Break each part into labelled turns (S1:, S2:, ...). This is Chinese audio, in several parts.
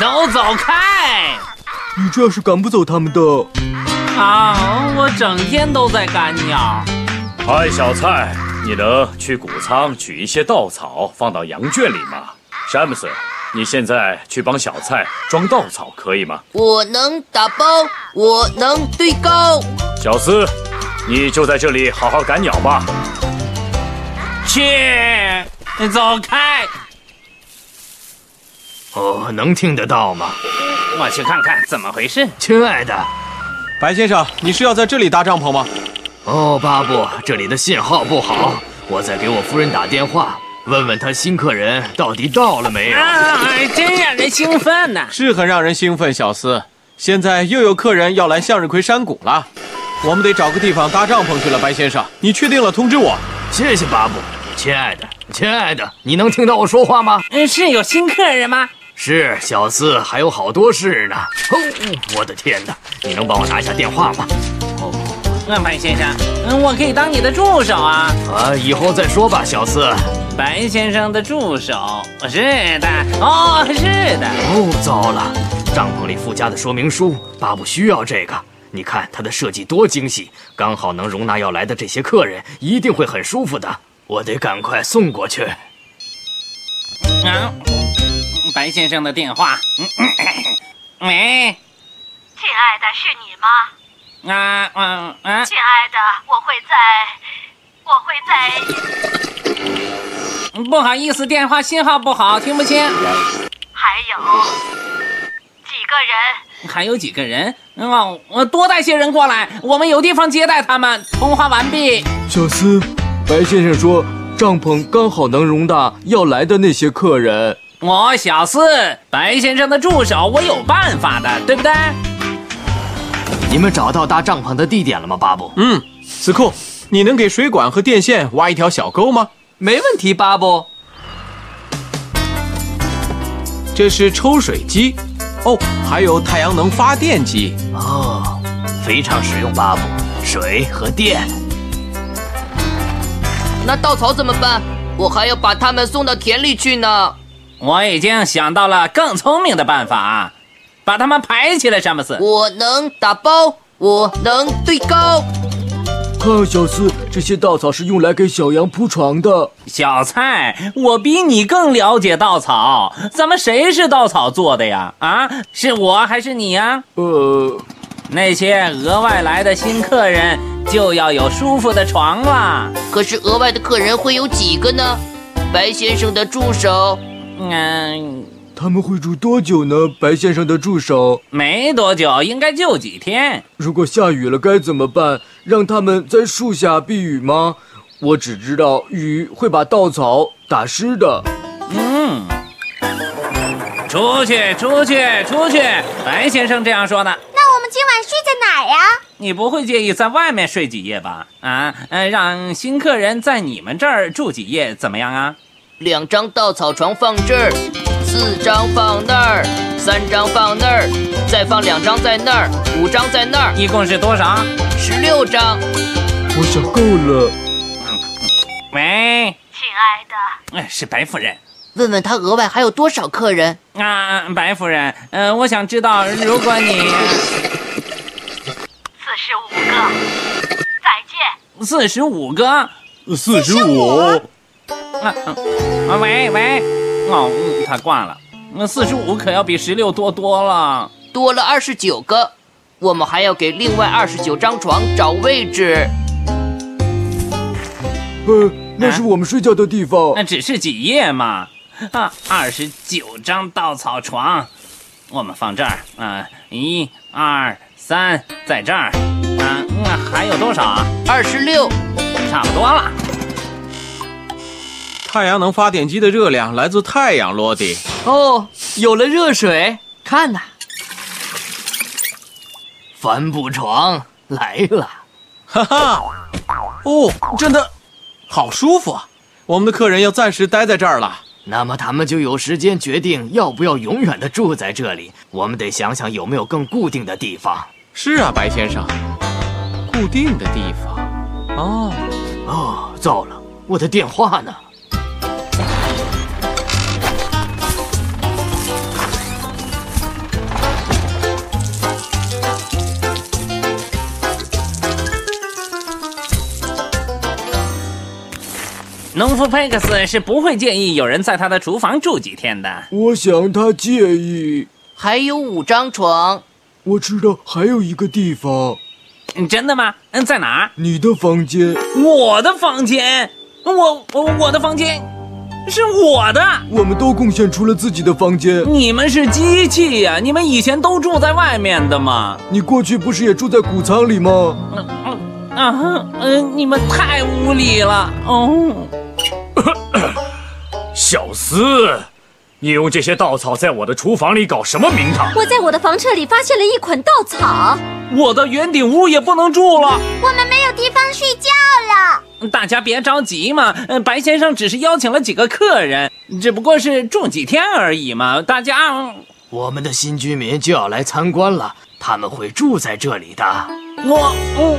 S1: 都走开！
S2: 你这是赶不走他们的。
S1: 啊，我整天都在赶鸟。
S3: 嗨，小蔡，你能去谷仓取一些稻草放到羊圈里吗？詹姆斯，你现在去帮小蔡装稻草可以吗？
S4: 我能打包，我能堆高。
S3: 小斯，你就在这里好好赶鸟吧。
S1: 去，走开！
S5: 哦，能听得到吗？
S1: 我去看看怎么回事。
S5: 亲爱的，
S2: 白先生，你是要在这里搭帐篷吗？
S5: 哦，巴布，这里的信号不好，我在给我夫人打电话，问问她新客人到底到了没有。
S1: 啊，真让人兴奋呐、
S2: 是很让人兴奋，小斯。现在又有客人要来向日葵山谷了，我们得找个地方搭帐篷去了。白先生，你确定了通知我。
S5: 谢谢巴布，亲爱的，亲爱的，你能听到我说话吗？
S1: 嗯，是有新客人吗？
S5: 是，小四还有好多事呢。哦，我的天哪，你能帮我拿一下电话吗？
S1: 嗯，白先生，嗯，我可以当你的助手啊。
S5: 啊，以后再说吧，小四。
S1: 白先生的助手，是的，哦，是的。
S5: 哦，糟了，帐篷里附加的说明书，巴布需要这个。你看哎它的设计多精细，刚好能容纳要来的这些客人，一定会很舒服的。我得赶快送过去。
S1: 啊，白先生的电话。嗯，喂、
S6: 亲爱的，是你吗？
S1: 啊，嗯、啊，
S6: 亲爱的，我会在，我会在。
S1: 不好意思，电话信号不好，听不清。
S6: 还有几个人？
S1: 还有几个人？哦，我多带些人过来，我们有地方接待他们。通话完毕。
S2: 小斯，白先生说帐篷刚好能容纳要来的那些客人。
S1: 我小四，白先生的助手，我有办法的，对不对？
S5: 你们找到搭帐篷的地点了吗，巴布？
S2: 嗯，司库，你能给水管和电线挖一条小沟吗？
S7: 没问题，巴布。
S2: 这是抽水机，哦，还有太阳能发电机。
S5: 哦，非常实用，巴布。水和电，
S4: 那稻草怎么办？我还要把它们送到田里去呢。
S1: 我已经想到了更聪明的办法，把它们排起来，詹姆斯。
S4: 我能打包，我能堆高。
S2: 看，哎小斯，这些稻草是用来给小羊铺床的。
S1: 小蔡，我比你更了解稻草，咱们谁是稻草做的呀？啊，是我还是你呀、
S2: 呃，
S1: 那些额外来的新客人就要有舒服的床啦。
S4: 可是额外的客人会有几个呢？白先生的助手，
S1: 嗯，
S2: 他们会住多久呢？白先生的助手，
S1: 没多久，应该就几天。
S2: 如果下雨了该怎么办？让他们在树下避雨吗？我只知道雨会把稻草打湿的。
S1: 嗯，出去，出去，出去！白先生这样说的。
S8: 那我们今晚睡在哪儿呀？
S1: 你不会介意在外面睡几夜吧？啊，呃，让新客人在你们这儿住几夜，怎么样啊？
S4: 两张稻草床放这儿，四张放那儿，三张放那儿，再放两张在那儿，五张在那儿，
S1: 一共是多少？
S4: 十六张。
S2: 我想够了。
S1: 喂，
S6: 亲爱的，
S1: 哎是白夫人
S4: 问问他额外还有多少客人？
S1: 啊，白夫人，呃，我想知道，如果你
S6: 四十五个。再见。
S1: 四十五个，啊
S2: 呃四十五，
S1: 啊，喂喂，哦，嗯他挂了。那四十五可要比十六多多了。
S4: 多了二十九个，我们还要给另外二十九张床找位置。
S2: 呃，
S5: 啊
S2: 那是我们睡觉的地方。
S1: 那只是几夜嘛，啊，二十九张稻草床，我们放这儿啊，一、二、三，在这儿啊，那还有多少啊？
S4: 二十六，
S1: 差不多了。
S2: 太阳能发电机的热量来自太阳，落地。
S7: 哦，有了热水，看呐、
S5: 帆布床来了。
S2: 哈哈，哦，真的好舒服啊！我们的客人要暂时待在这儿了。
S5: 那么他们就有时间决定要不要永远的住在这里。我们得想想有没有更固定的地方。
S2: 是啊，白先生，固定的地方。哦，
S5: 哦，糟了，我的电话呢？
S1: 农夫佩克斯是不会介意有人在他的厨房住几天的。
S7: 我想他介意。
S4: 还有五张床，
S7: 我知道还有一个地方，
S1: 嗯真的吗？嗯，在哪儿？
S7: 你的房间。
S1: 我的房间，我我我的房间是我的。
S7: 我们都贡献出了自己的房间。
S1: 你们是机器呀、你们以前都住在外面的吗？
S7: 你过去不是也住在谷仓里吗？
S1: 啊哈，嗯，你们太无理了。哦，
S3: 小厮，你用这些稻草在我的厨房里搞什么名堂？
S8: 我在我的房车里发现了一捆稻草，
S1: 我的圆顶屋也不能住了。
S8: 我们没有地方睡觉了。
S1: 大家别着急嘛，嗯，白先生只是邀请了几个客人，只不过是住几天而已嘛。大家，嗯
S5: 我们的新居民就要来参观了，他们会住在这里的。
S1: 我我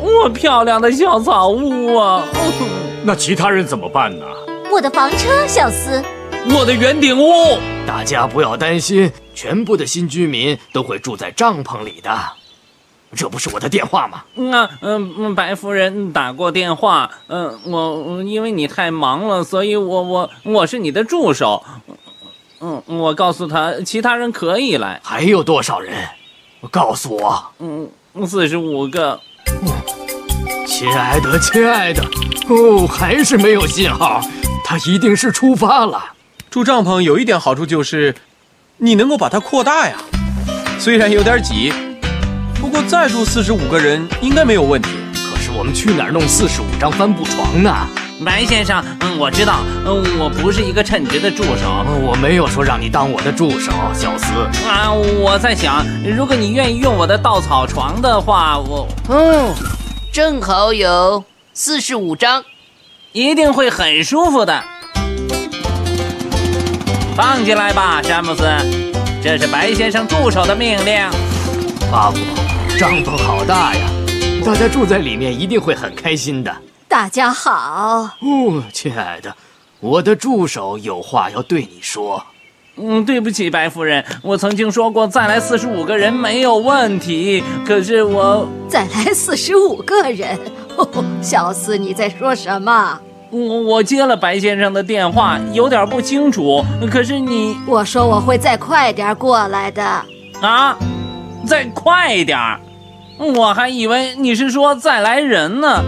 S1: 我漂亮的小草屋啊，
S3: 那其他人怎么办呢？
S8: 我的房车，小斯，
S1: 我的圆顶屋。
S5: 大家不要担心，全部的新居民都会住在帐篷里的。这不是我的电话吗？
S1: 嗯啊嗯嗯，白夫人打过电话，嗯，我我因为你太忙了，所以我我我是你的助手，嗯，我告诉他其他人可以来，
S5: 还有多少人？告诉我，
S1: 嗯，四十五个，
S5: 亲爱的，亲爱的，哦，还是没有信号，他一定是出发了。
S2: 住帐篷有一点好处就是，你能够把它扩大呀。虽然有点挤，不过再住四十五个人应该没有问题。
S5: 可是我们去哪儿弄四十五张帆布床呢？
S1: 白先生，嗯，我知道，嗯，我不是一个称职的助手
S5: 我没有说让你当我的助手，小斯。
S1: 啊，我在想，如果你愿意用我的稻草床的话，我
S4: 嗯，正好有四十五张。
S1: 一定会很舒服的。放进来吧，詹姆斯，这是白先生助手的命令。
S5: 巴布，帐篷好大呀，大家住在里面一定会很开心的。
S8: 大家好，
S5: 哦，亲爱的，我的助手有话要对你说。
S1: 嗯，对不起，白夫人，我曾经说过再来四十五个人没有问题，可是我
S8: 再来四十五个人。 小斯，你在说什么？
S1: 我我接了白先生的电话，有点不清楚。可是你
S8: 我说我会再快点过来的。
S1: 啊，再快一点儿！我还以为你是说再来人呢，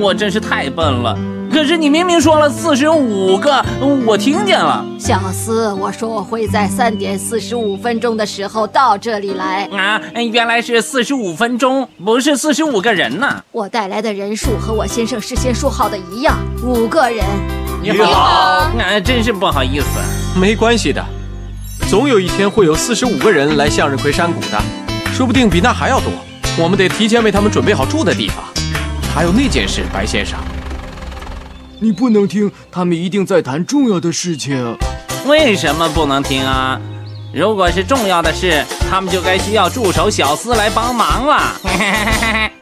S1: 我真是太笨了。可是你明明说了四十五个，我听见了。
S8: 小斯，我说我会在三点四十五分钟的时候到这里来。
S1: 啊，原来是四十五分钟，不是四十五个人呢。
S8: 我带来的人数和我先生事先说好的一样，五个人。
S1: 你
S2: 好你好
S1: 啊，真是不好意思。
S2: 没关系的，总有一天会有四十五个人来向日葵山谷的，说不定比那还要多。我们得提前为他们准备好住的地方。还有那件事，白先生，
S7: 你不能听，他们一定在谈重要的事情。
S1: 为什么不能听啊？如果是重要的事，他们就该需要助手小斯来帮忙了。